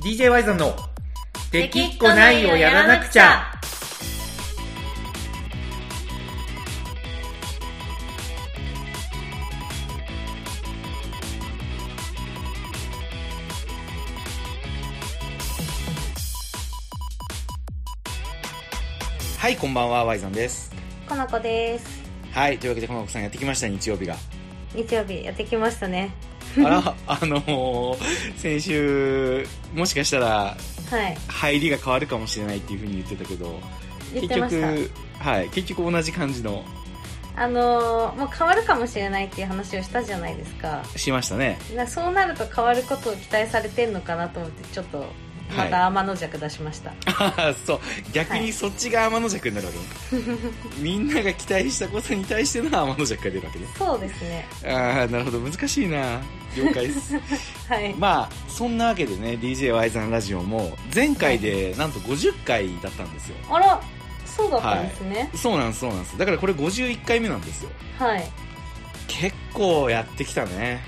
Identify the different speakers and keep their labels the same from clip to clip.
Speaker 1: DJ ワイザンの「できっこないをやらなくちゃ」はいこんばんはワイザンです
Speaker 2: この子です
Speaker 1: はいというわけでこの子さんやってきました日曜 日が
Speaker 2: 日曜日やってきましたね
Speaker 1: あらあのー先週もしかしたら
Speaker 2: はい
Speaker 1: 入りが変わるかもしれないっていうふうに言ってたけど
Speaker 2: 言ってました
Speaker 1: 結局はい結局同じ感じの
Speaker 2: あのーもう変わるかもしれないっていう話をしたじゃないですか
Speaker 1: しましたね
Speaker 2: なそうなると変わることを期待されてんのかなと思ってちょっとま
Speaker 1: は
Speaker 2: た天の弱出しました、
Speaker 1: ああそう逆
Speaker 2: は
Speaker 1: に
Speaker 2: い
Speaker 1: そっちが天の弱になるわけ、ね みんなが期待したことに対しての天の弱が出るわけね
Speaker 2: そうですね
Speaker 1: ああなるほど難しいな了解です
Speaker 2: はい
Speaker 1: まあそんなわけでね d j y ザンラジオも前回でなんと50回だったんですよ
Speaker 2: あらそうだったんですね
Speaker 1: そうなんですそうなんですだからこれ51回目なんですよ
Speaker 2: はい、
Speaker 1: 結構やってきたね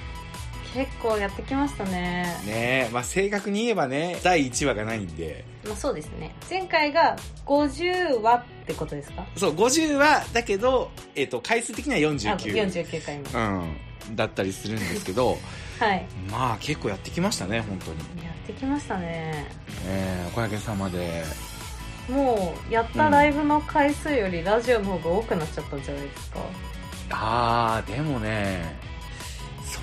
Speaker 2: 結構やってきましたね
Speaker 1: ねえまあ正確に言えばね第1話がないんで
Speaker 2: まあそうですね前回が50話ってことですか
Speaker 1: そう50はだけど、えっと回数的には
Speaker 2: あ
Speaker 1: 49
Speaker 2: 49回目
Speaker 1: うんだったりするんですけど
Speaker 2: はい
Speaker 1: まあ結構やってきましたね本当に
Speaker 2: やってきましたね
Speaker 1: えーおかげさまで
Speaker 2: もうやったライブの回数よりラジオの方が多くなっちゃったんじゃないですか、
Speaker 1: ああでもね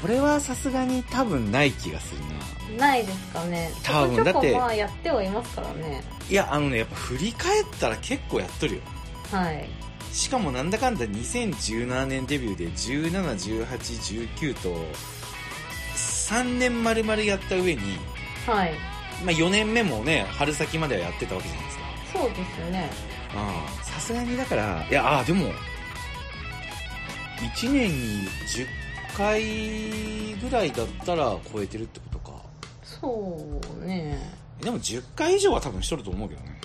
Speaker 1: それはさすがに多分ない気がするな
Speaker 2: ないですかね
Speaker 1: 多分
Speaker 2: ちょこちょ
Speaker 1: だ
Speaker 2: こ
Speaker 1: って
Speaker 2: まあやってはいますからね
Speaker 1: いやあのねやっぱ振り返ったら結構やっとるよ
Speaker 2: はい
Speaker 1: しかもなんだかんだ2017年デビューで171819と3年丸々やった上に、
Speaker 2: はい
Speaker 1: まあ、4年目もね春先まではやってたわけじゃないですか
Speaker 2: そうですね
Speaker 1: ああさすがにだからいやああでも1年に10回ぐらいだったら超えてるってことか
Speaker 2: そうね
Speaker 1: でも10回以上は多分しとると思うけどね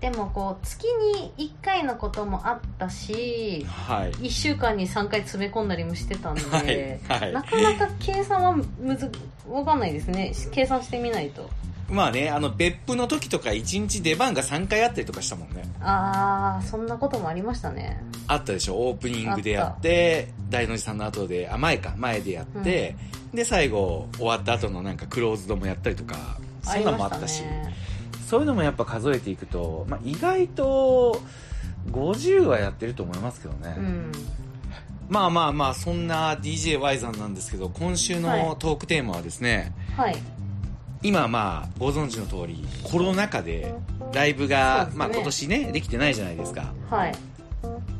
Speaker 2: でもこう月に1回のこともあったし
Speaker 1: はい
Speaker 2: 1週間に3回詰め込んだりもしてたんで、
Speaker 1: はいは
Speaker 2: なかなか計算はむずわかんないですね計算してみないと
Speaker 1: いまあねあの別府の時とか1日出番が3回あったりとかしたもんね
Speaker 2: ああそんなこともありましたね
Speaker 1: あったでしょオープニングでやって大の字さんの後であ前か前でやって、で最後終わった後のなんかクローズドもやったりとかそんなのもあったし
Speaker 2: りまたね
Speaker 1: そういうのもやっぱ数えていくと、まあ、意外と50はやってると思いますけどね、
Speaker 2: うん
Speaker 1: まあまあまあそんな DJY さんなんですけど今週
Speaker 2: は
Speaker 1: の
Speaker 2: い
Speaker 1: トークテーマはですね、
Speaker 2: はい
Speaker 1: 今まあご存知の通りコロナ禍でライブが、
Speaker 2: そうですね
Speaker 1: まあ今年ねできてないじゃないですか
Speaker 2: はい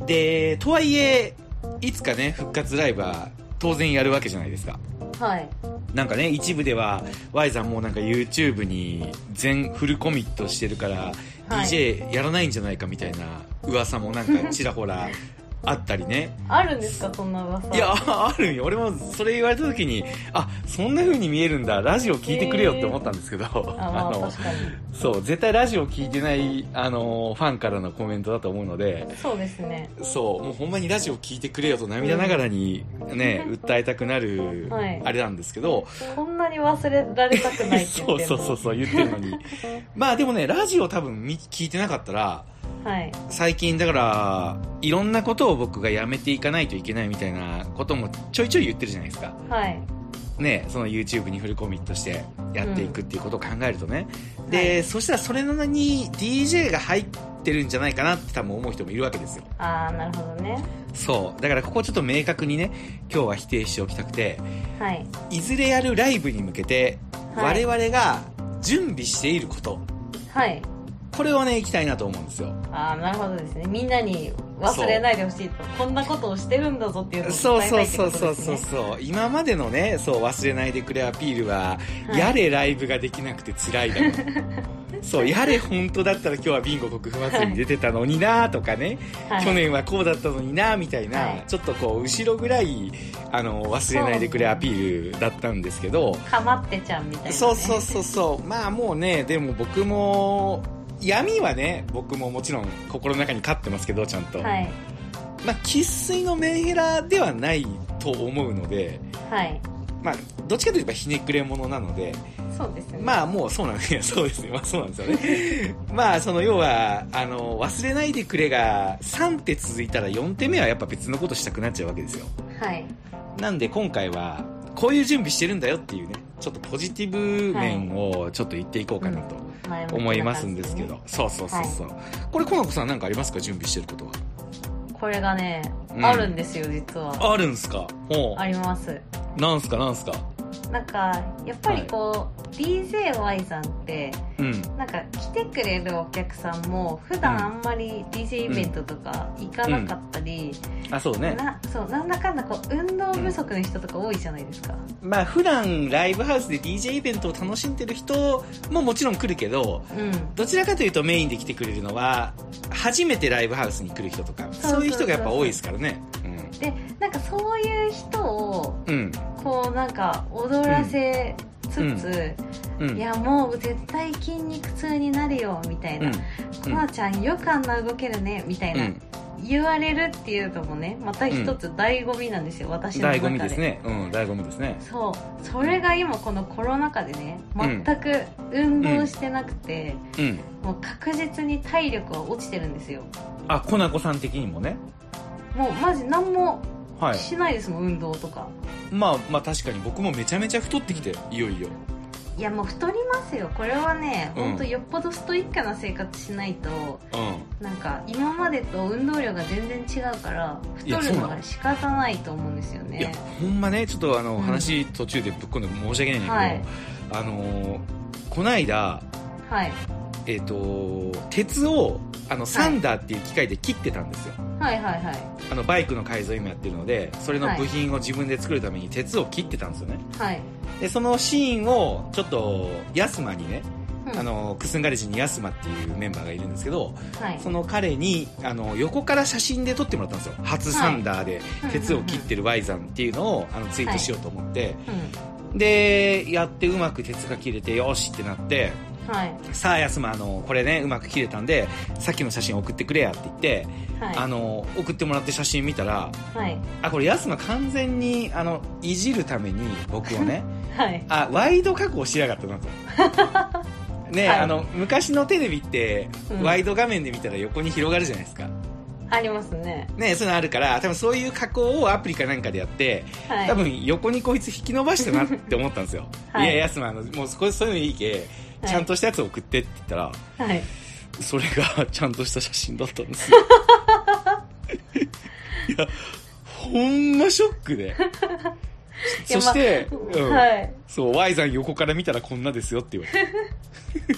Speaker 1: でとはいえいつかね復活ライブは当然やるわけじゃないですか
Speaker 2: はい
Speaker 1: なんかね一部では Y さんもうなんか YouTube に全フルコミットしてるから、
Speaker 2: はい
Speaker 1: DJ やらないんじゃないかみたいな噂もなん かちらほらあったりね
Speaker 2: あるんですかそんな噂
Speaker 1: いやああるんよ俺もそれ言われた時にあそんな風に見えるんだラジオ聞いてくれよって思ったんですけど、
Speaker 2: あ、まあ、確かに
Speaker 1: そう絶対ラジオ聞いてないあのファンからのコメントだと思うので
Speaker 2: そうですね
Speaker 1: そうもうほんまにラジオ聞いてくれよと涙ながらにね、訴えたくなる
Speaker 2: はい
Speaker 1: あれなんですけど、
Speaker 2: こんなに忘れられたくないって
Speaker 1: そ
Speaker 2: 言っ
Speaker 1: う
Speaker 2: て
Speaker 1: そ
Speaker 2: んの
Speaker 1: うそうそう言ってるの にまあでもねラジオ多分み聞いてなかったら
Speaker 2: はい
Speaker 1: 最近だからいろんなことを僕がやめていかないといけないみたいなこともちょいちょい言ってるじゃないですか
Speaker 2: はい
Speaker 1: ねその YouTube にフルコミットしてやっていくっていうことを考えるとね、
Speaker 2: ん
Speaker 1: で、
Speaker 2: は
Speaker 1: そしたらそれなのに DJ が入ってるんじゃないかなって多分思う人もいるわけですよ
Speaker 2: ああなるほどね
Speaker 1: そうだからここちょっと明確にね今日は否定しておきたくて
Speaker 2: はい
Speaker 1: いずれやるライブに向けて
Speaker 2: は
Speaker 1: 我
Speaker 2: い
Speaker 1: 々が準備していること、
Speaker 2: はい
Speaker 1: これをね、行きたいなと思うんですよ。
Speaker 2: ああなるほどですねみんなに忘れないでほしいとこんなことをしてるんだぞっていうのを
Speaker 1: そう
Speaker 2: 伝えた
Speaker 1: そ
Speaker 2: いうって
Speaker 1: そ
Speaker 2: こ
Speaker 1: う
Speaker 2: と
Speaker 1: そう
Speaker 2: です
Speaker 1: そう
Speaker 2: ね
Speaker 1: そう。今までのね、そう忘れないでくれアピールは、
Speaker 2: はい
Speaker 1: やれライブができなくて辛いだ ろう。そう、やれ本当だったら今日はビンゴ国府祭りに出てたのになとかね、
Speaker 2: はい
Speaker 1: 去年はこうだったのになみたいな、
Speaker 2: はい
Speaker 1: ちょっとこう、後ろぐらい、あの、忘れないでくれアピールだったんですけど、
Speaker 2: かまってちゃんみたいな、ね、
Speaker 1: そうそうそうそう。まあもうね、でも僕も、闇はね、僕ももちろん心の中に勝ってますけど、ちゃんと。
Speaker 2: はい
Speaker 1: まあ、生粋のメンヘラではないと思うので、
Speaker 2: はい
Speaker 1: まあ、どっちかといえばひねくれ者なので、
Speaker 2: そうですね。
Speaker 1: まあもうそうなんですよ。 そうですね。まあそうなんですよね。まあその要は、あの、忘れないでくれが3手続いたら4手目はやっぱ別のことしたくなっちゃうわけですよ。
Speaker 2: はい。
Speaker 1: なんで今回は、こういう準備してるんだよっていうね、ちょっとポジティブ面をちょっと言っていこうかなと
Speaker 2: 前向きな感じね
Speaker 1: 思いますんですけど。。そうそうそうそう。これ、コナコさんなんかありますか準備してることは。
Speaker 2: これがね、
Speaker 1: うん
Speaker 2: あるんですよ、実は。
Speaker 1: あるんすかほ
Speaker 2: あります。
Speaker 1: う。なんすかなんすか
Speaker 2: なんか、やっぱりこう、DJY さんって、
Speaker 1: うん。
Speaker 2: なんか来てくれるお客さんも、普段あんまり DJ イベントとか行かなかったり、
Speaker 1: あ、そうね。
Speaker 2: なそうなんだかんだこう運動不足の人とか多いじゃないですか、
Speaker 1: まあ普段ライブハウスで DJ イベントを楽しんでる人ももちろん来るけど、
Speaker 2: うん、
Speaker 1: どちらかというとメインで来てくれるのは、初めてライブハウスに来る人とか、
Speaker 2: そうそうそう
Speaker 1: そういう人がやっぱ多いですからね。
Speaker 2: でなんかそういう人を
Speaker 1: うん。うん。
Speaker 2: こうなんか踊らせつつ、
Speaker 1: うん。
Speaker 2: いやもう絶対筋肉痛になるよみたい
Speaker 1: うん
Speaker 2: な、。コナちゃんよくあんな動けるねみたいうな、
Speaker 1: ん。
Speaker 2: 言われるっていうのもねまた一つ醍醐味なんですよ、私の
Speaker 1: 醍醐
Speaker 2: 中
Speaker 1: 味
Speaker 2: で
Speaker 1: ですね。うん、醍醐味ですね。
Speaker 2: そうそれが今このコロナ禍でね
Speaker 1: うん
Speaker 2: 全く運動してなくて、
Speaker 1: うん。
Speaker 2: もう確実に体力は落ちてるんですよ
Speaker 1: あ、コナコさん的にもね。
Speaker 2: もうマジ何も
Speaker 1: はい。
Speaker 2: しないですもん、運動とか
Speaker 1: まあまあ確かに僕もめちゃめちゃ太ってきて、いよいよ。
Speaker 2: いやもう太りますよこれはね、
Speaker 1: うん
Speaker 2: ほんとよっぽどストイックな生活しないと
Speaker 1: う
Speaker 2: なんか今までと運動量が全然違うから
Speaker 1: いや
Speaker 2: 太るのが仕方ないと思うんですよ
Speaker 1: ん。いや
Speaker 2: ね、
Speaker 1: ほんまね、ちょっとあの、
Speaker 2: うん
Speaker 1: 話途中でぶっ込んで申し訳ないんだけど、あのー、こないだ、
Speaker 2: はい、
Speaker 1: えっ、と、鉄を、あの、サンダーっていう機械で切ってたんですよ。
Speaker 2: はいはいはい
Speaker 1: あのバイクの改造を今やってるのでそれの部品を自分で作るために鉄を切ってたんですよね
Speaker 2: はい
Speaker 1: でそのシーンをちょっとヤスマにね、
Speaker 2: うん
Speaker 1: あのクスンガレージにヤスマっていうメンバーがいるんですけど
Speaker 2: はい
Speaker 1: その彼にあの横から写真で撮ってもらったんですよ初サンダーで
Speaker 2: はい
Speaker 1: 鉄を切ってる Y さんっていうのをあのツイートしようと思って、
Speaker 2: う
Speaker 1: でやってうまく鉄が切れてよしってなって
Speaker 2: んはい
Speaker 1: さあヤスマあのこれねうまく切れたんでさっきの写真送ってくれやって言って、
Speaker 2: はい
Speaker 1: あの送ってもらって写真見たら
Speaker 2: はい
Speaker 1: あこれヤスマ完全にあのいじるために僕を ね
Speaker 2: はい
Speaker 1: あワイド加工しやがったなと ね、
Speaker 2: はい
Speaker 1: あの昔のテレビって、
Speaker 2: うん
Speaker 1: ワイド画面で見たら横に広がるじゃないですか
Speaker 2: ありますね
Speaker 1: ねそういうのあるから多分そういう加工をアプリかなんかでやって
Speaker 2: はい
Speaker 1: 多分横にこいつ引き伸ばしたなって思ったんですよ、
Speaker 2: はい
Speaker 1: い、やヤスマあのもうそこそういうのいいけ、
Speaker 2: はい
Speaker 1: ちゃんとしたやつ送ってって言ったら
Speaker 2: はい
Speaker 1: それがちゃんとした写真だったん ですよいやほんまショック で
Speaker 2: い
Speaker 1: そ
Speaker 2: や
Speaker 1: して、
Speaker 2: まあ
Speaker 1: うん
Speaker 2: はい
Speaker 1: そう Y さん横から見たらこんなですよって言われて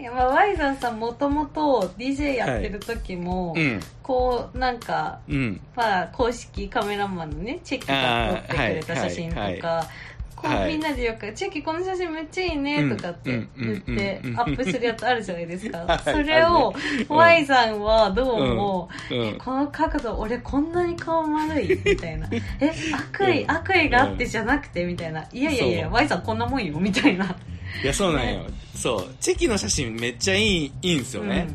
Speaker 2: いやまあワイザンさんもともと DJ やってる時も、
Speaker 1: うん
Speaker 2: こうなんか
Speaker 1: うん
Speaker 2: まあ公式カメラマンのねチェキが撮ってくれた写真と
Speaker 1: あーはい
Speaker 2: かこ
Speaker 1: は
Speaker 2: う
Speaker 1: い
Speaker 2: みんなでよく「チェキこの写真めっちゃいいね」とかって言って
Speaker 1: うんうんうんうん
Speaker 2: アップするやつあるじゃないで す
Speaker 1: は
Speaker 2: か
Speaker 1: い
Speaker 2: それを
Speaker 1: うん
Speaker 2: Y さんはどうも
Speaker 1: う
Speaker 2: 「
Speaker 1: ん
Speaker 2: この角度俺こんなに顔丸い」みた いな「え悪意
Speaker 1: うん
Speaker 2: 悪意があってじゃなくて」みたいな「いやいやいや
Speaker 1: そう
Speaker 2: Y さんこんなもんよ」みたいな。
Speaker 1: いやそうなんよそうチェキの写真めっちゃいいいいんですよね、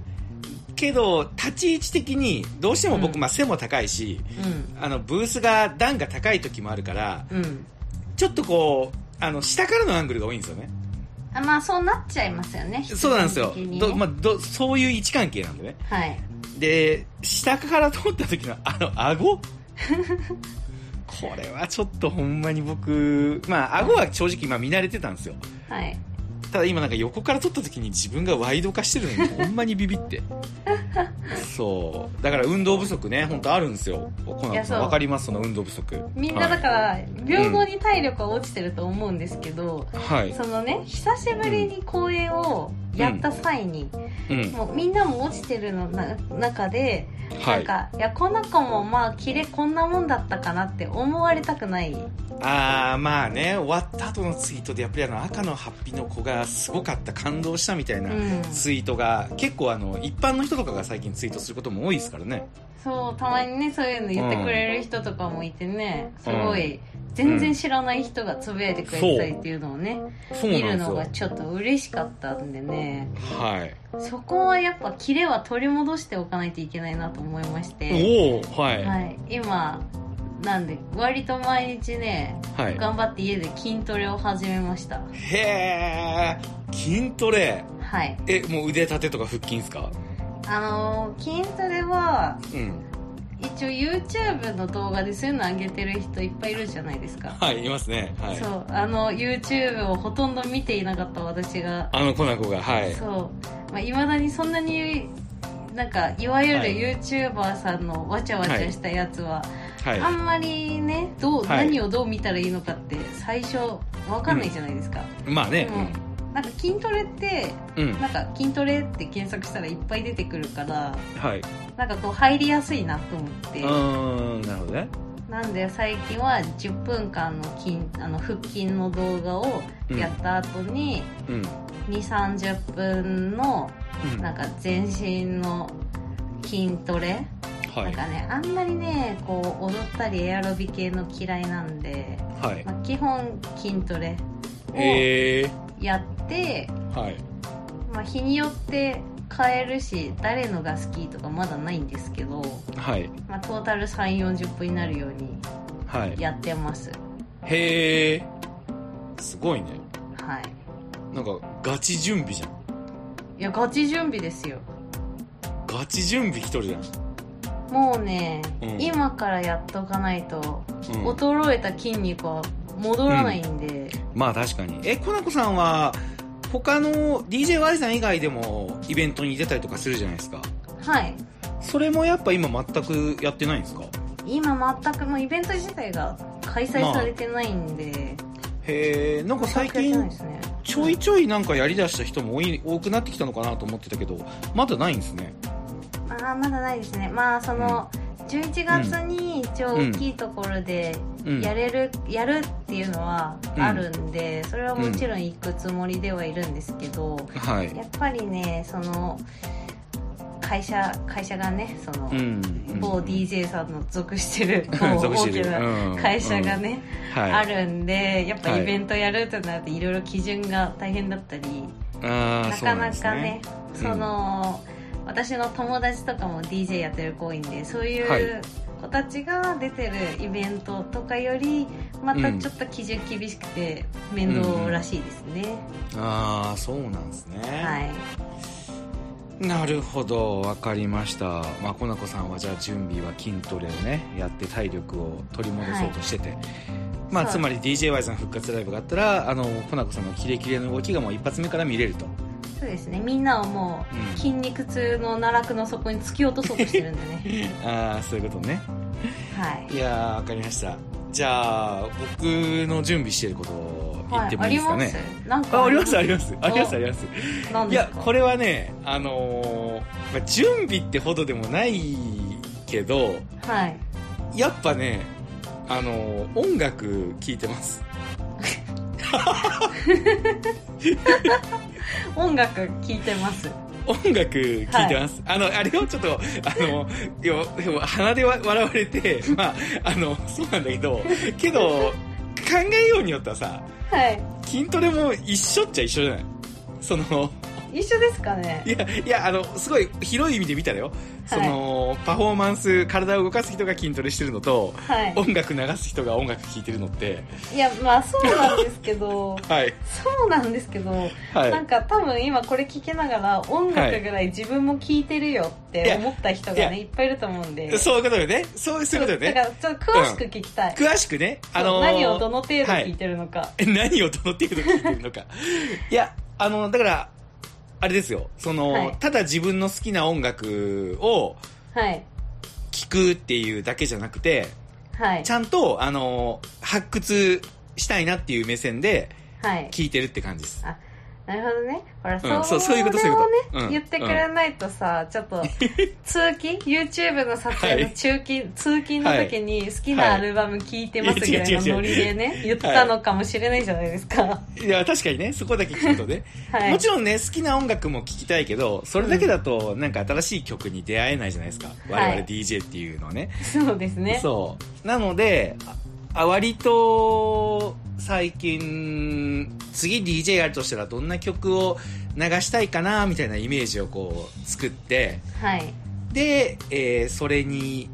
Speaker 1: けど立ち位置的にどうしても僕、
Speaker 2: うん
Speaker 1: まあ、背も高いし
Speaker 2: うん
Speaker 1: あのブースが段が高い時もあるから
Speaker 2: うんうん
Speaker 1: ちょっとこうあの下からのアングルが多いんですよね
Speaker 2: あまあそうなっちゃいますよね
Speaker 1: そうなんですよ、
Speaker 2: 必然的にね
Speaker 1: どまあ、どそういう位置関係なんでね
Speaker 2: はい
Speaker 1: で下から通った時のあの顎これはちょっとほんまに僕まあ顎は正直今見慣れてたんですよ
Speaker 2: はい
Speaker 1: ただ今なんか横から撮った時に自分がワイド化してるのにほんまにビビってそうだから運動不足ね本当あるんですよコ
Speaker 2: い
Speaker 1: ナン
Speaker 2: やそ
Speaker 1: さ
Speaker 2: うん
Speaker 1: わかりますその運動不足
Speaker 2: みんなだからら平等に体力は落ちてると思うんですけど、
Speaker 1: はい、はい
Speaker 2: そのね久しぶりに公演をやった際に、
Speaker 1: うん
Speaker 2: もうみんなも落ちてるのな中で、
Speaker 1: はい
Speaker 2: なんかいやこの子もまあキレこんなもんだったかなって思われたくない
Speaker 1: ああまあね終わった後のツイートでやっぱりあの赤のハッピーの子がすごかった感動したみたいな
Speaker 2: うん
Speaker 1: ツイートが結構あの一般の人とかが最近ツイートすることも多いですからね
Speaker 2: そうたまにねそういうの言ってくれる人とかもいてね、すごい全然知らない人がつぶやいてくれたりっていうのをね、
Speaker 1: そう
Speaker 2: 見
Speaker 1: な
Speaker 2: る
Speaker 1: んです
Speaker 2: のが
Speaker 1: よ
Speaker 2: ちょっと嬉しかったんでね
Speaker 1: はい
Speaker 2: そこはやっぱキレは取り戻しておかないといけないなと思いまして
Speaker 1: おおはい、
Speaker 2: はい、今なんで割と毎日ね、
Speaker 1: はい
Speaker 2: 頑張って家で筋トレを始めました
Speaker 1: へえ筋トレ
Speaker 2: はい
Speaker 1: えもう腕立てとか腹筋ですか
Speaker 2: あのー筋トレは
Speaker 1: うん
Speaker 2: 一応 YouTube の動画でそういうの上げてる人いっぱいいるじゃないですか、
Speaker 1: はいいますねはい
Speaker 2: そうあの YouTube をほとんど見ていなかった私が、
Speaker 1: あの粉子がはい
Speaker 2: そう、まあ、未だにそんなになんかいわゆる
Speaker 1: はい
Speaker 2: YouTuber さんのわちゃわちゃしたやつ
Speaker 1: はい
Speaker 2: は、あんまりねどう、
Speaker 1: はい
Speaker 2: 何をどう見たらいいのかって最初わかんないじゃないですか、
Speaker 1: まあね
Speaker 2: なんか筋トレって
Speaker 1: うん、うん
Speaker 2: なんか筋トレって検索したらいっぱい出てくるから
Speaker 1: はい
Speaker 2: なんかこう入りやすいなと思って
Speaker 1: うーんなるほどね
Speaker 2: なんで最近は10分間の筋あの腹筋の動画をやった後に
Speaker 1: うん、うん
Speaker 2: 2 3 0分のなんか全身の筋トレ、
Speaker 1: は
Speaker 2: ないんかねあんまりねこう踊ったりエアロビ系の嫌いなんで、
Speaker 1: はい
Speaker 2: まあ、基本筋トレを
Speaker 1: ええ
Speaker 2: やって、
Speaker 1: はい
Speaker 2: まあ、日によって変えるし誰のが好きとかまだないんですけど、
Speaker 1: はい
Speaker 2: まあ、トータル3 4 0分になるように
Speaker 1: はい
Speaker 2: やってます
Speaker 1: へえすごいね
Speaker 2: はい
Speaker 1: なんかガチ準備じゃん
Speaker 2: いやガチ準備ですよ
Speaker 1: ガチ準備一人じゃん、
Speaker 2: もうね、
Speaker 1: うん
Speaker 2: 今からやっとかないと、
Speaker 1: うん、
Speaker 2: 衰えた筋肉は戻らないんで、
Speaker 1: まあ確かにえコナコさんは他の DJY さん以外でもイベントに出たりとかするじゃないですか
Speaker 2: はい
Speaker 1: それもやっぱ今全くやってないんですか
Speaker 2: 今全くもうイベント自体が開催されてないんで、
Speaker 1: へえんか最
Speaker 2: 全くやってな
Speaker 1: 近
Speaker 2: いですね
Speaker 1: ちょいちょいなんかやりだした人も多い多くなってきたのかなと思ってたけどまだないんですね
Speaker 2: まあまだないですねまあその、11月に一応大きいところで
Speaker 1: うん
Speaker 2: やれる、やるっていうのはあるんで、それはもちろん行くつもりではいるんですけど、
Speaker 1: はい
Speaker 2: やっぱりねその会社会社がねその、
Speaker 1: うん
Speaker 2: 某 DJ さんの属してる 某
Speaker 1: 属
Speaker 2: 大
Speaker 1: して
Speaker 2: き
Speaker 1: る
Speaker 2: な会社がね、
Speaker 1: はい
Speaker 2: あるんでやっぱ
Speaker 1: はい
Speaker 2: イベントやるとなっていろいろ基準が大変だったり、
Speaker 1: あー
Speaker 2: な
Speaker 1: そう
Speaker 2: か
Speaker 1: ん
Speaker 2: な
Speaker 1: です
Speaker 2: かね
Speaker 1: うん
Speaker 2: その、私の友達とかも DJ やってる子多いんでそう
Speaker 1: はいいう
Speaker 2: 子たちが出てるイベントとかよりまたちょっと基準厳しくて面倒らしいですね、
Speaker 1: ああそうなんですね
Speaker 2: はい
Speaker 1: なるほどわかりましたまあコナコさんはじゃあ準備は筋トレをねやって体力を取り戻そうとしてて、まあ
Speaker 2: そう
Speaker 1: つまり DJY さん復活ライブがあったらあのコナコさんのキレキレの動きがもう一発目から見れると
Speaker 2: そうですねみんなをも
Speaker 1: うん
Speaker 2: う筋肉痛の奈落の底に突き落とそうとしてるんで ね
Speaker 1: ああそういうことね
Speaker 2: はい
Speaker 1: いやーわかりましたじゃあ僕の準備してることを言ってもいいですかね、
Speaker 2: はい、ありますなんか
Speaker 1: あありますありますありますあります
Speaker 2: なん
Speaker 1: い
Speaker 2: です
Speaker 1: や
Speaker 2: か
Speaker 1: これはねあのーまあ、準備ってほどでもないけど
Speaker 2: はい
Speaker 1: やっぱねあのー音楽聴いてます
Speaker 2: 音楽聴いてます
Speaker 1: 音楽聴いてます、あのあれをちょっとあのよよ鼻でわ笑われ てまああのそうなんだけどけど考えようによってはさ
Speaker 2: はい
Speaker 1: 筋トレも一緒っちゃ一緒じゃないその
Speaker 2: 一緒ですかね
Speaker 1: いやいやあのすごい広い意味で見たらよ、そ
Speaker 2: はい
Speaker 1: のパフォーマンス体を動かす人が筋トレしてるのと
Speaker 2: はい
Speaker 1: 音楽流す人が音楽聴いてるのって
Speaker 2: いやまあそうなんですけど
Speaker 1: はい
Speaker 2: そうなんですけど、
Speaker 1: はい
Speaker 2: なんか多分今これ聴きながら音楽ぐらい自分も聴いてるよって思った人
Speaker 1: い
Speaker 2: が
Speaker 1: や
Speaker 2: ねいっぱいいると思うんで
Speaker 1: そういうことよねそうそういうことよ
Speaker 2: だ
Speaker 1: ね
Speaker 2: からちょっと詳しく聞きたい、
Speaker 1: 詳しくねあ
Speaker 2: そ
Speaker 1: の
Speaker 2: う
Speaker 1: ー
Speaker 2: 何をどの程度聞いてるのか、
Speaker 1: 何をどの程度聞いてるのかいやあのだからあれですよその、
Speaker 2: はい
Speaker 1: ただ自分の好きな音楽を
Speaker 2: はい
Speaker 1: 聴くっていうだけじゃなくて
Speaker 2: はい
Speaker 1: ちゃんとあのー発掘したいなっていう目線で
Speaker 2: はい
Speaker 1: 聞いてるって感じです
Speaker 2: なるほどねほら、
Speaker 1: うん
Speaker 2: そ
Speaker 1: そうそういうことそういうこと
Speaker 2: それをね
Speaker 1: うん
Speaker 2: 言ってくれないとさ、ちょっと通勤 YouTube の撮影の中勤、通勤の時に好きなアルバム聴いてますぐらいのノリでね言ったのかもしれないじゃないですかはい
Speaker 1: や確かにねそこだけ聞くと ね、
Speaker 2: い
Speaker 1: もちろんね好きな音楽も聴きたいけどそれだけだとなんか新しい曲に出会えないじゃないですか、我々 DJ っていうのはね、
Speaker 2: そうですね
Speaker 1: そうなのでああ割と最近次 DJ やるとしたらどんな曲を流したいかなみたいなイメージをこう作って
Speaker 2: はい
Speaker 1: で、えーそれに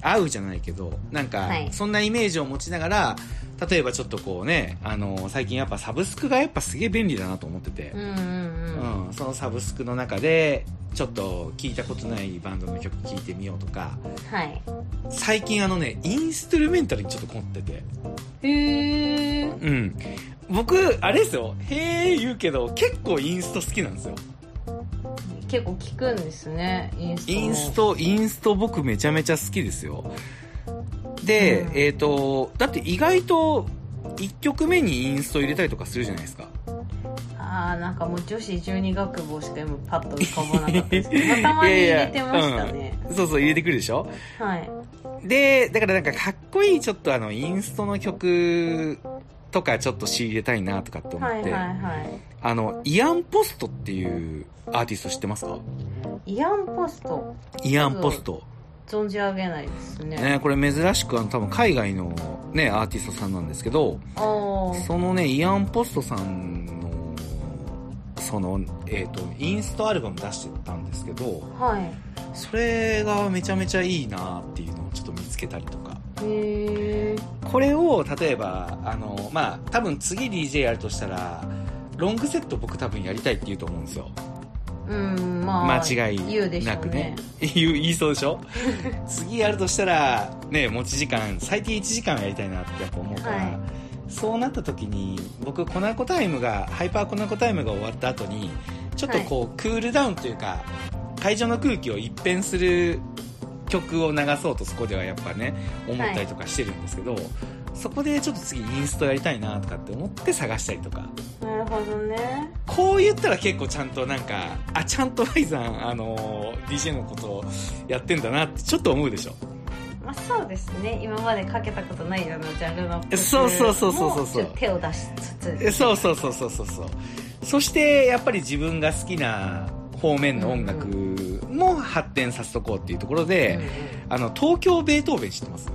Speaker 1: 合うじゃないけどなんか
Speaker 2: はい
Speaker 1: そんなイメージを持ちながら例えばちょっとこうねあの最近やっぱサブスクがやっぱすげえ便利だなと思ってて
Speaker 2: う、んうん
Speaker 1: うん、そのサブスクの中でちょっと聞いたことないバンドの曲聴いてみようとか
Speaker 2: うんはい
Speaker 1: 最近あのねインストゥルメンタルにちょっと凝ってて
Speaker 2: へえ
Speaker 1: うん僕あれですよへえ言うけど結構インスト好きなんですよ
Speaker 2: 結構聞くんですねインスト
Speaker 1: インスト
Speaker 2: も
Speaker 1: インスト僕めちゃめちゃ好きですよで、
Speaker 2: うん
Speaker 1: えっ、とだって意外と1曲目にインスト入れたりとかするじゃないですか
Speaker 2: ああなんかもう女子十二学部しか今パッと浮かばなかったです けどまあたまに入れてました
Speaker 1: いやい
Speaker 2: ね
Speaker 1: やうんそうそう入れてくるでしょ
Speaker 2: はい
Speaker 1: でだからなんかかっこいいちょっとあのインストの曲とかちょっと仕入れたいなとかって思
Speaker 2: は
Speaker 1: っ
Speaker 2: い
Speaker 1: て、
Speaker 2: はいは
Speaker 1: あのイアン・ポストっていうアーティスト知ってますか
Speaker 2: いイアンポスト
Speaker 1: イアン・ポスト、
Speaker 2: 存じ上げないですね
Speaker 1: ね、これ珍しくあの多分海外の、ね、アーティストさんなんですけど
Speaker 2: ああ
Speaker 1: そのねイアン・ポストさんのその、えっとインストアルバム出してたんですけど
Speaker 2: はい
Speaker 1: それがめちゃめちゃいいなっていうのをちょっと見つけたりとか
Speaker 2: へえ
Speaker 1: これを例えばあのまあ多分次 DJ やるとしたらロングセット僕多分やりたいって言うと思うんですよ
Speaker 2: うんまあ
Speaker 1: 間違い
Speaker 2: 言うでしょ
Speaker 1: な
Speaker 2: う
Speaker 1: く
Speaker 2: ね
Speaker 1: ね言う言いそうでしょ 次やるとしたらね持ち時間最低1時間はやりたいなってやっぱ思うから、
Speaker 2: はい
Speaker 1: そうなった時に僕コナコタイムがハイパーコナコタイムが終わった後にちょっとこう、クールダウンというか会場の空気を一変する曲を流そうとそこではやっぱね思ったりとかしてるんですけど、そこでちょっと次インストやりたいなとかって思って探したりとか
Speaker 2: なるほどね
Speaker 1: こう言ったら結構ちゃんとなんか、あ、ちゃんとライザン、あのー DJ のことをやってんだなってちょっと思うでしょ。
Speaker 2: まあそうですね今までかけたことないようなジャンルの曲
Speaker 1: そうそうそうそうそうそう
Speaker 2: もちょっと手を出しつつ
Speaker 1: えそうそうそうそうそうそう。そして、やっぱり自分が好きな方面の音楽も発展させとこうっていうところ
Speaker 2: うんうん
Speaker 1: で、あの、東京ベートーベン知ってます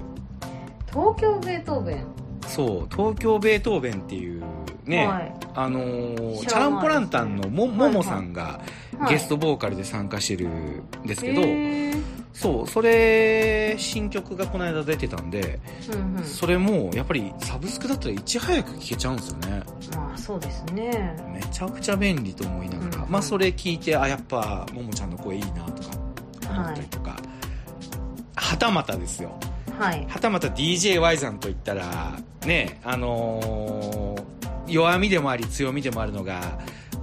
Speaker 2: 東京ベートーベン
Speaker 1: そう、東京ベートーベンっていうね、
Speaker 2: はい
Speaker 1: あのー
Speaker 2: 知
Speaker 1: チャ
Speaker 2: らない
Speaker 1: ラン
Speaker 2: ですね
Speaker 1: ポランタンのも、ももさんが
Speaker 2: はい
Speaker 1: ゲストボーカルで参加してるんですけど、
Speaker 2: へー
Speaker 1: そう、それ、新曲がこの間出てたんで、
Speaker 2: うんうん
Speaker 1: それもやっぱりサブスクだったらいち早く聞けちゃうんですよね
Speaker 2: まあそうですね
Speaker 1: めちゃくちゃ便利と思いながら、
Speaker 2: うん
Speaker 1: まあそれ聞いてあやっぱももちゃんの声いいなとか思ったりとか、はたまたですよ
Speaker 2: はい
Speaker 1: はたまた DJY さんといったらねあのー弱みでもあり強みでもあるのが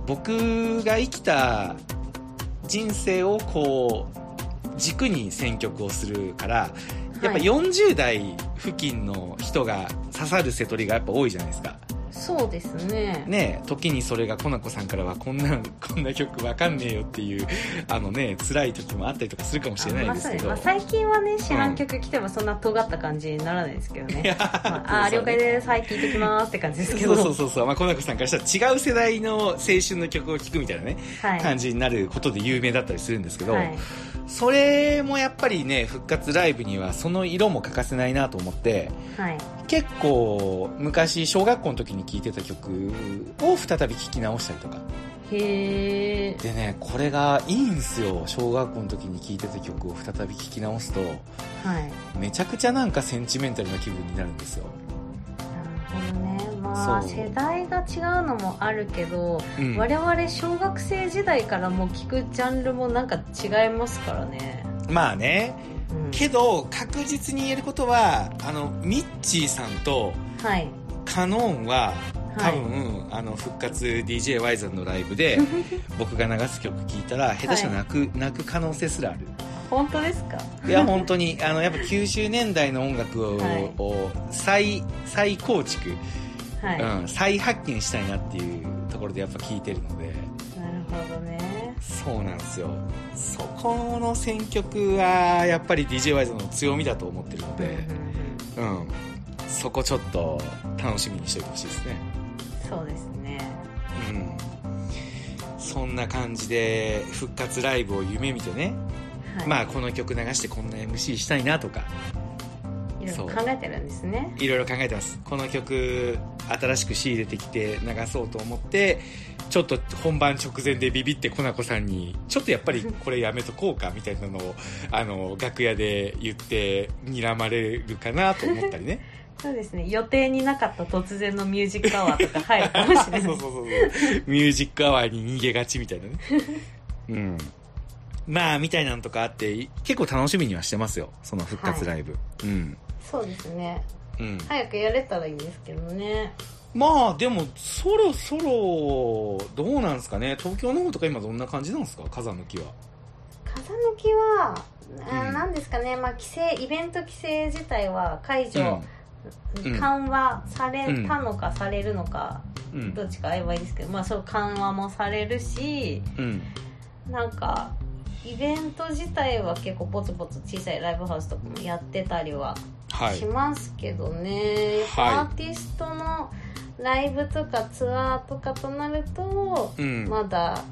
Speaker 1: 僕が生きた人生をこう軸に選曲をするからやっぱ
Speaker 2: はい
Speaker 1: 40代付近の人が刺さる瀬取りがやっぱ多いじゃないですか。
Speaker 2: そうですね
Speaker 1: ね時にそれがコナコさんからはこんな、こんな曲わかんねえよっていう、あのね、辛い時もあったりとかするかもしれないですけど。
Speaker 2: まあそうねまあ最近はね知らん曲来てもそんな尖った感じにならないですけどね、まあ、あー了解ですはい聞いてきますって感じですけ
Speaker 1: そ
Speaker 2: ど
Speaker 1: うそうそうそう。まあ、コナコさんからしたら違う世代の青春の曲を聴くみたいなね、
Speaker 2: はい
Speaker 1: 感じになることで有名だったりするんですけど、
Speaker 2: はい
Speaker 1: それもやっぱりね、復活ライブにはその色も欠かせないなと思って、
Speaker 2: はい
Speaker 1: 結構昔小学校の時に聴いてた曲を再び聴き直したりとか。
Speaker 2: へえ
Speaker 1: でね、これがいいんすよ。小学校の時に聴いてた曲を再び聴き直すと、
Speaker 2: はい
Speaker 1: めちゃくちゃなんかセンチメンタルな気分になるんですよ。
Speaker 2: なるほどねまあ
Speaker 1: そう
Speaker 2: 世代が違うのもあるけど、
Speaker 1: うん。
Speaker 2: 我々小学生時代からもう聞くジャンルもなんか違いますからね、
Speaker 1: まあね。
Speaker 2: うん、
Speaker 1: けど、確実に言えることは、あの、ミッチーさんと
Speaker 2: はい
Speaker 1: カノーンは、
Speaker 2: は
Speaker 1: 多
Speaker 2: い
Speaker 1: 分、あの、復活 DJ y さんのライブ で、僕が流す曲聴いたら、下手したら泣く、泣く可能性すらあ る。
Speaker 2: 本当ですか
Speaker 1: いや、本当に、あの、やっぱ90年代の音楽を、
Speaker 2: はい
Speaker 1: を再、再構築。
Speaker 2: はい、なる
Speaker 1: うん、再発見したいなっていうところでやっぱ聞いてるので
Speaker 2: ほどね
Speaker 1: そうなんですよそこの選曲はやっぱり d j y ズの強みだと思ってるので
Speaker 2: うん、うんうん
Speaker 1: うん、そこちょっと楽しみにしておいてほしいですね
Speaker 2: そうですね
Speaker 1: うんそんな感じで復活ライブを夢見てね、
Speaker 2: はい
Speaker 1: まあこの曲流してこんな MC したいなとか
Speaker 2: いろい
Speaker 1: そ
Speaker 2: ろ
Speaker 1: う
Speaker 2: 考えてるんですね
Speaker 1: いろいろ考えてますこの曲新しく仕入れてきて流そうと思ってちょっと本番直前でビビってコナコさんにちょっとやっぱりこれやめとこうかみたいなのをあの楽屋で言って睨まれるかなと思ったりね
Speaker 2: そうですね予定になかった突然のミュージックアワーとか入るかもしれな い
Speaker 1: そうそうそうそうミュージックアワーに逃げがちみたいな ねうんまあみたいなのとかあって結構楽しみにはしてますよその復活ライブ、うん
Speaker 2: そうですね
Speaker 1: うん
Speaker 2: 早くやれたらいいんですけどね
Speaker 1: まあでもそろそろどうなんですかね東京の方とか今どんな感じなんですか風向きは
Speaker 2: 風向きは
Speaker 1: うん
Speaker 2: 何、なん、ですかね、まあ、規制イベント規制自体は解除、
Speaker 1: うん
Speaker 2: 緩和されたのかされるのか、
Speaker 1: うんうん
Speaker 2: どっちかあえばいいですけど、まあ、そう緩和もされるし
Speaker 1: うん
Speaker 2: なんかイベント自体は結構ぼつぼつ小さいライブハウスとかもやってたりは
Speaker 1: はい
Speaker 2: しますけどね、
Speaker 1: はい
Speaker 2: アーティストのライブとかツアーとかとなると、
Speaker 1: うん
Speaker 2: まだ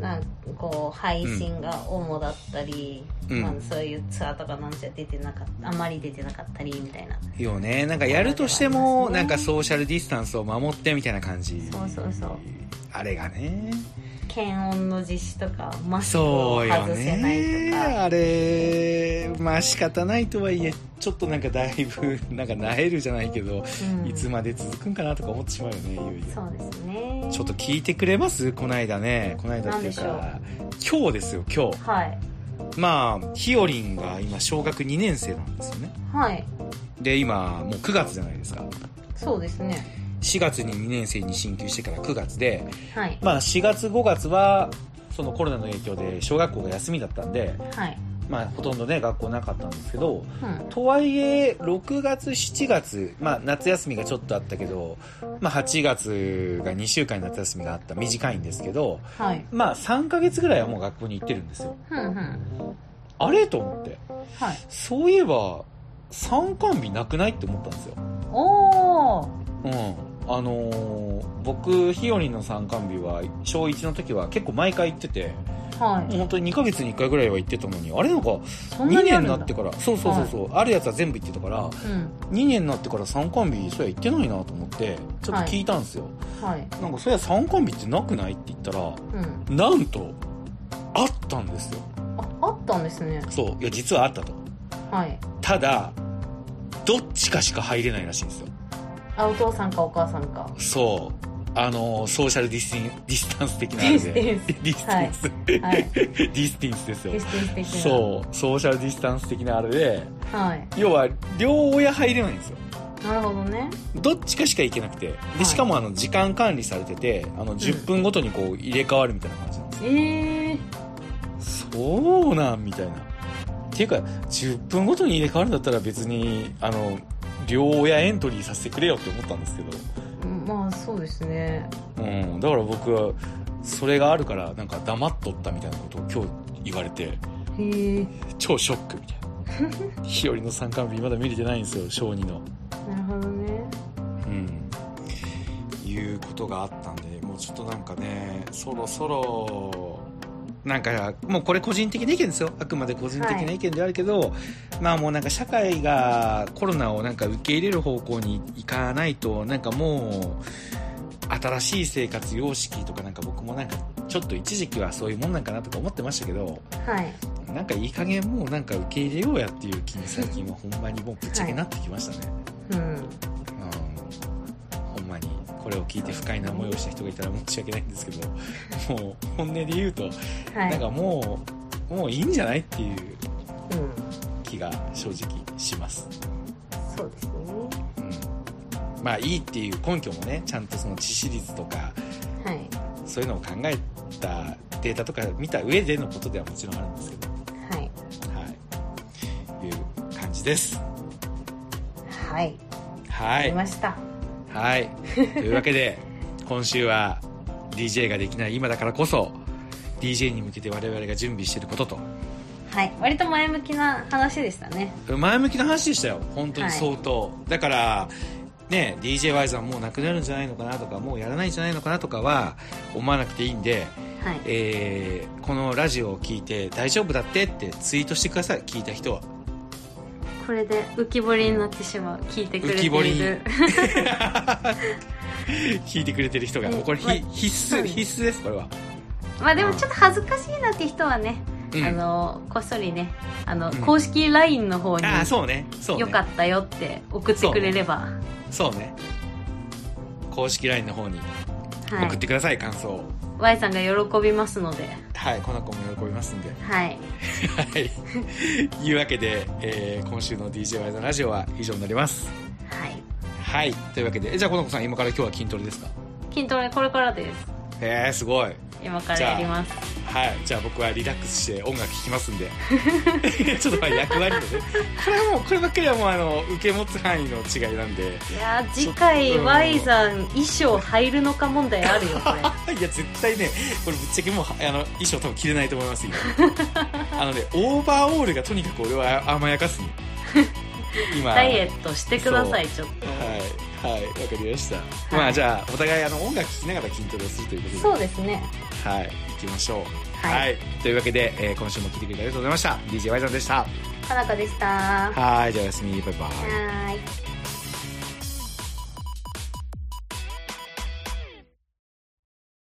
Speaker 2: なんこう配信が主だったり、
Speaker 1: うん
Speaker 2: まあ、そういうツアーとかなんじゃ出てなかったあまり出てなかったりみたいな
Speaker 1: よねなんかやるとしても
Speaker 2: そう
Speaker 1: な
Speaker 2: なんん
Speaker 1: か
Speaker 2: ですね
Speaker 1: ソーシャルディスタンスを守ってみたいな感じ
Speaker 2: そうそうそう
Speaker 1: あれがね
Speaker 2: 検温の実施とかマスクを
Speaker 1: そうよ
Speaker 2: 外せない
Speaker 1: ね
Speaker 2: とか
Speaker 1: あれまあ仕方ないとはいえちょっとなんかだいぶなんかなえるじゃないけど
Speaker 2: うん
Speaker 1: いつまで続くんかなとか思ってしまうよねいよいよ
Speaker 2: そうですね
Speaker 1: ちょっと聞いてくれますこないだねこないだっていうか
Speaker 2: な
Speaker 1: 今日ですよ今
Speaker 2: はい
Speaker 1: 日まあひよりんが今小学2年生なんですよね
Speaker 2: はい
Speaker 1: で今もう9月じゃないですか
Speaker 2: そうですね
Speaker 1: 4月に2年生に進級してから9月で
Speaker 2: はい
Speaker 1: まあ4月5月はそのコロナの影響で小学校が休みだったんで
Speaker 2: はい、
Speaker 1: まあほとんどね学校なかったんですけど
Speaker 2: うん、
Speaker 1: とはいえ6月7月まあ夏休みがちょっとあったけどまあ8月が2週間夏休みがあった短いんですけど
Speaker 2: はい
Speaker 1: まあ3ヶ月ぐらいはもう学校に行ってるんですよ
Speaker 2: ふんふん
Speaker 1: あれと思って
Speaker 2: はい
Speaker 1: そういえば参観日なくないって思ったんですよ
Speaker 2: おお
Speaker 1: うんあのー僕ひよりの参観日は小1の時は結構毎回行ってて
Speaker 2: は
Speaker 1: もう
Speaker 2: い
Speaker 1: 本当に2ヶ月に1回ぐらいは行ってたのにあれなんか2
Speaker 2: そんなに
Speaker 1: 年
Speaker 2: ある
Speaker 1: に
Speaker 2: ん
Speaker 1: な
Speaker 2: だ
Speaker 1: ってからそうそうそうそう、あるやつは全部行ってたから
Speaker 2: うん
Speaker 1: 2年になってから参観日そうや行ってないなと思ってちょっと聞いたんですよ、
Speaker 2: はい
Speaker 1: なんかそうや参観日ってなくないって言ったら
Speaker 2: うん
Speaker 1: なんとあったんですよ
Speaker 2: ああったんですね
Speaker 1: そういや実はあったと
Speaker 2: はい
Speaker 1: ただどっちかしか入れないらしいんですよ
Speaker 2: あお父さんかお母さんか
Speaker 1: そうあのソーシャルディスティンディスタンス的 なあれで
Speaker 2: ディス
Speaker 1: ディスティンス、
Speaker 2: はい
Speaker 1: ディスティンスです
Speaker 2: テ
Speaker 1: よ
Speaker 2: ステス的な
Speaker 1: そうソーシャルディスタンス的なあれで
Speaker 2: はい
Speaker 1: 要は両親入れないんですよ
Speaker 2: なるほどね
Speaker 1: どっちかしか行けなくてで
Speaker 2: い
Speaker 1: しかもあの時間管理されててあの10分ごとにこう入れ替わるみたいな感じなんで
Speaker 2: ええ
Speaker 1: すよ、そうなんみたいなっていうか10分ごとに入れ替わるんだったら別にあの両親エントリーさせてくれよって思ったんですけど
Speaker 2: まあそうですね
Speaker 1: うん、だから僕はそれがあるからなんか黙っとったみたいなことを今日言われて
Speaker 2: へえ
Speaker 1: 超ショックみたいな日和の参観日まだ見れてないんですよ小児の
Speaker 2: なるほどね
Speaker 1: うんいうことがあったんでもうちょっとなんかねそろそろなんかもうこれ個人的な意見ですよあくまで個人的な意見ではあるけど、まあもうなんか社会がコロナをなんか受け入れる方向に行かないとなんかもう新しい生活様式とかなんか僕もなんかちょっと一時期はそういうもんなんかなとか思ってましたけど
Speaker 2: はい
Speaker 1: なんかいい加減もうなんか受け入れようやっていう気に最近はほんまにもうぶっちゃけなってきましたね、
Speaker 2: うん
Speaker 1: うんほんまにこれを聞いて不快な思いをした人がいたら申し訳ないんですけどもう本音で言うと、
Speaker 2: は
Speaker 1: なん
Speaker 2: い
Speaker 1: かもうもういいんじゃないっていう
Speaker 2: うん
Speaker 1: 気が正直します、
Speaker 2: そうですね
Speaker 1: うん、まあいいっていう根拠もねちゃんとその致死率とか
Speaker 2: はい
Speaker 1: そういうのを考えたデータとか見た上でのことではもちろんあるんですけど
Speaker 2: はい
Speaker 1: はいいう感じです
Speaker 2: はい
Speaker 1: は
Speaker 2: あり
Speaker 1: い
Speaker 2: ました
Speaker 1: はい。というわけで、今週は DJ ができない今だからこそ、DJ に向けて我々が準備していることと、
Speaker 2: はい割と前向きな話でしたね
Speaker 1: 前向きな話でしたよ。本当に相当。だから、ね、DJY さんもうなくなるんじゃないのかなとか、もうやらないんじゃないのかなとかは思わなくていいんで、
Speaker 2: はい
Speaker 1: えーこのラジオを聞いて大丈夫だってってツイートしてください。聞いた人は。
Speaker 2: これで浮き彫りになってしまう聞いてくれてい
Speaker 1: 浮き彫り
Speaker 2: る
Speaker 1: 聞いてくれてる人が
Speaker 2: え
Speaker 1: もうこれひ
Speaker 2: まあ
Speaker 1: 必
Speaker 2: そう
Speaker 1: 須
Speaker 2: です
Speaker 1: 必須ですこれは、
Speaker 2: まあでもちょっと恥ずかしいなって人はね、
Speaker 1: うん、
Speaker 2: あ
Speaker 1: あ
Speaker 2: のこっそりねあの、
Speaker 1: うん
Speaker 2: 公式 LINE の方に
Speaker 1: ーそうねそうね
Speaker 2: よかったよって送ってくれれば、
Speaker 1: そうね公式 LINE の方に
Speaker 2: は
Speaker 1: 送っ
Speaker 2: い、
Speaker 1: てください、感想を
Speaker 2: Y さんが喜びますので
Speaker 1: はいこの子も喜びますんで
Speaker 2: はい
Speaker 1: はいいうわけで、えー今週の DJY のラジオは以上になります
Speaker 2: はい
Speaker 1: はいというわけでえじゃあこの子さん今から今日は筋トレですか
Speaker 2: 筋トレこれからです
Speaker 1: へえすごい
Speaker 2: 今からやります
Speaker 1: はい、じゃあ僕はリラックスして音楽聴きますんで ちょっとまあ役割でねこれはもうこればっかりはもうあの受け持つ範囲の違いなんで
Speaker 2: いやー次回
Speaker 1: うん
Speaker 2: Y さん衣装入るのか問題あるよ これ
Speaker 1: あいや絶対ねこれぶっちゃけもうあの衣装多分着れないと思います今 あのねオーバーオールがとにかく俺は甘やか すの今
Speaker 2: ダイエットしてくださいちょっと
Speaker 1: はいはいわかりました、
Speaker 2: い
Speaker 1: まあじゃあお互いあの音楽聴きながら筋トレをするということで
Speaker 2: そうですね
Speaker 1: はい行きましょう
Speaker 2: はい
Speaker 1: というわけで、えー今週も聴いてくれてありがとうございました DJY さんでした
Speaker 2: 花子でしたは
Speaker 1: はいじゃあおやすみバイバイ
Speaker 2: ーい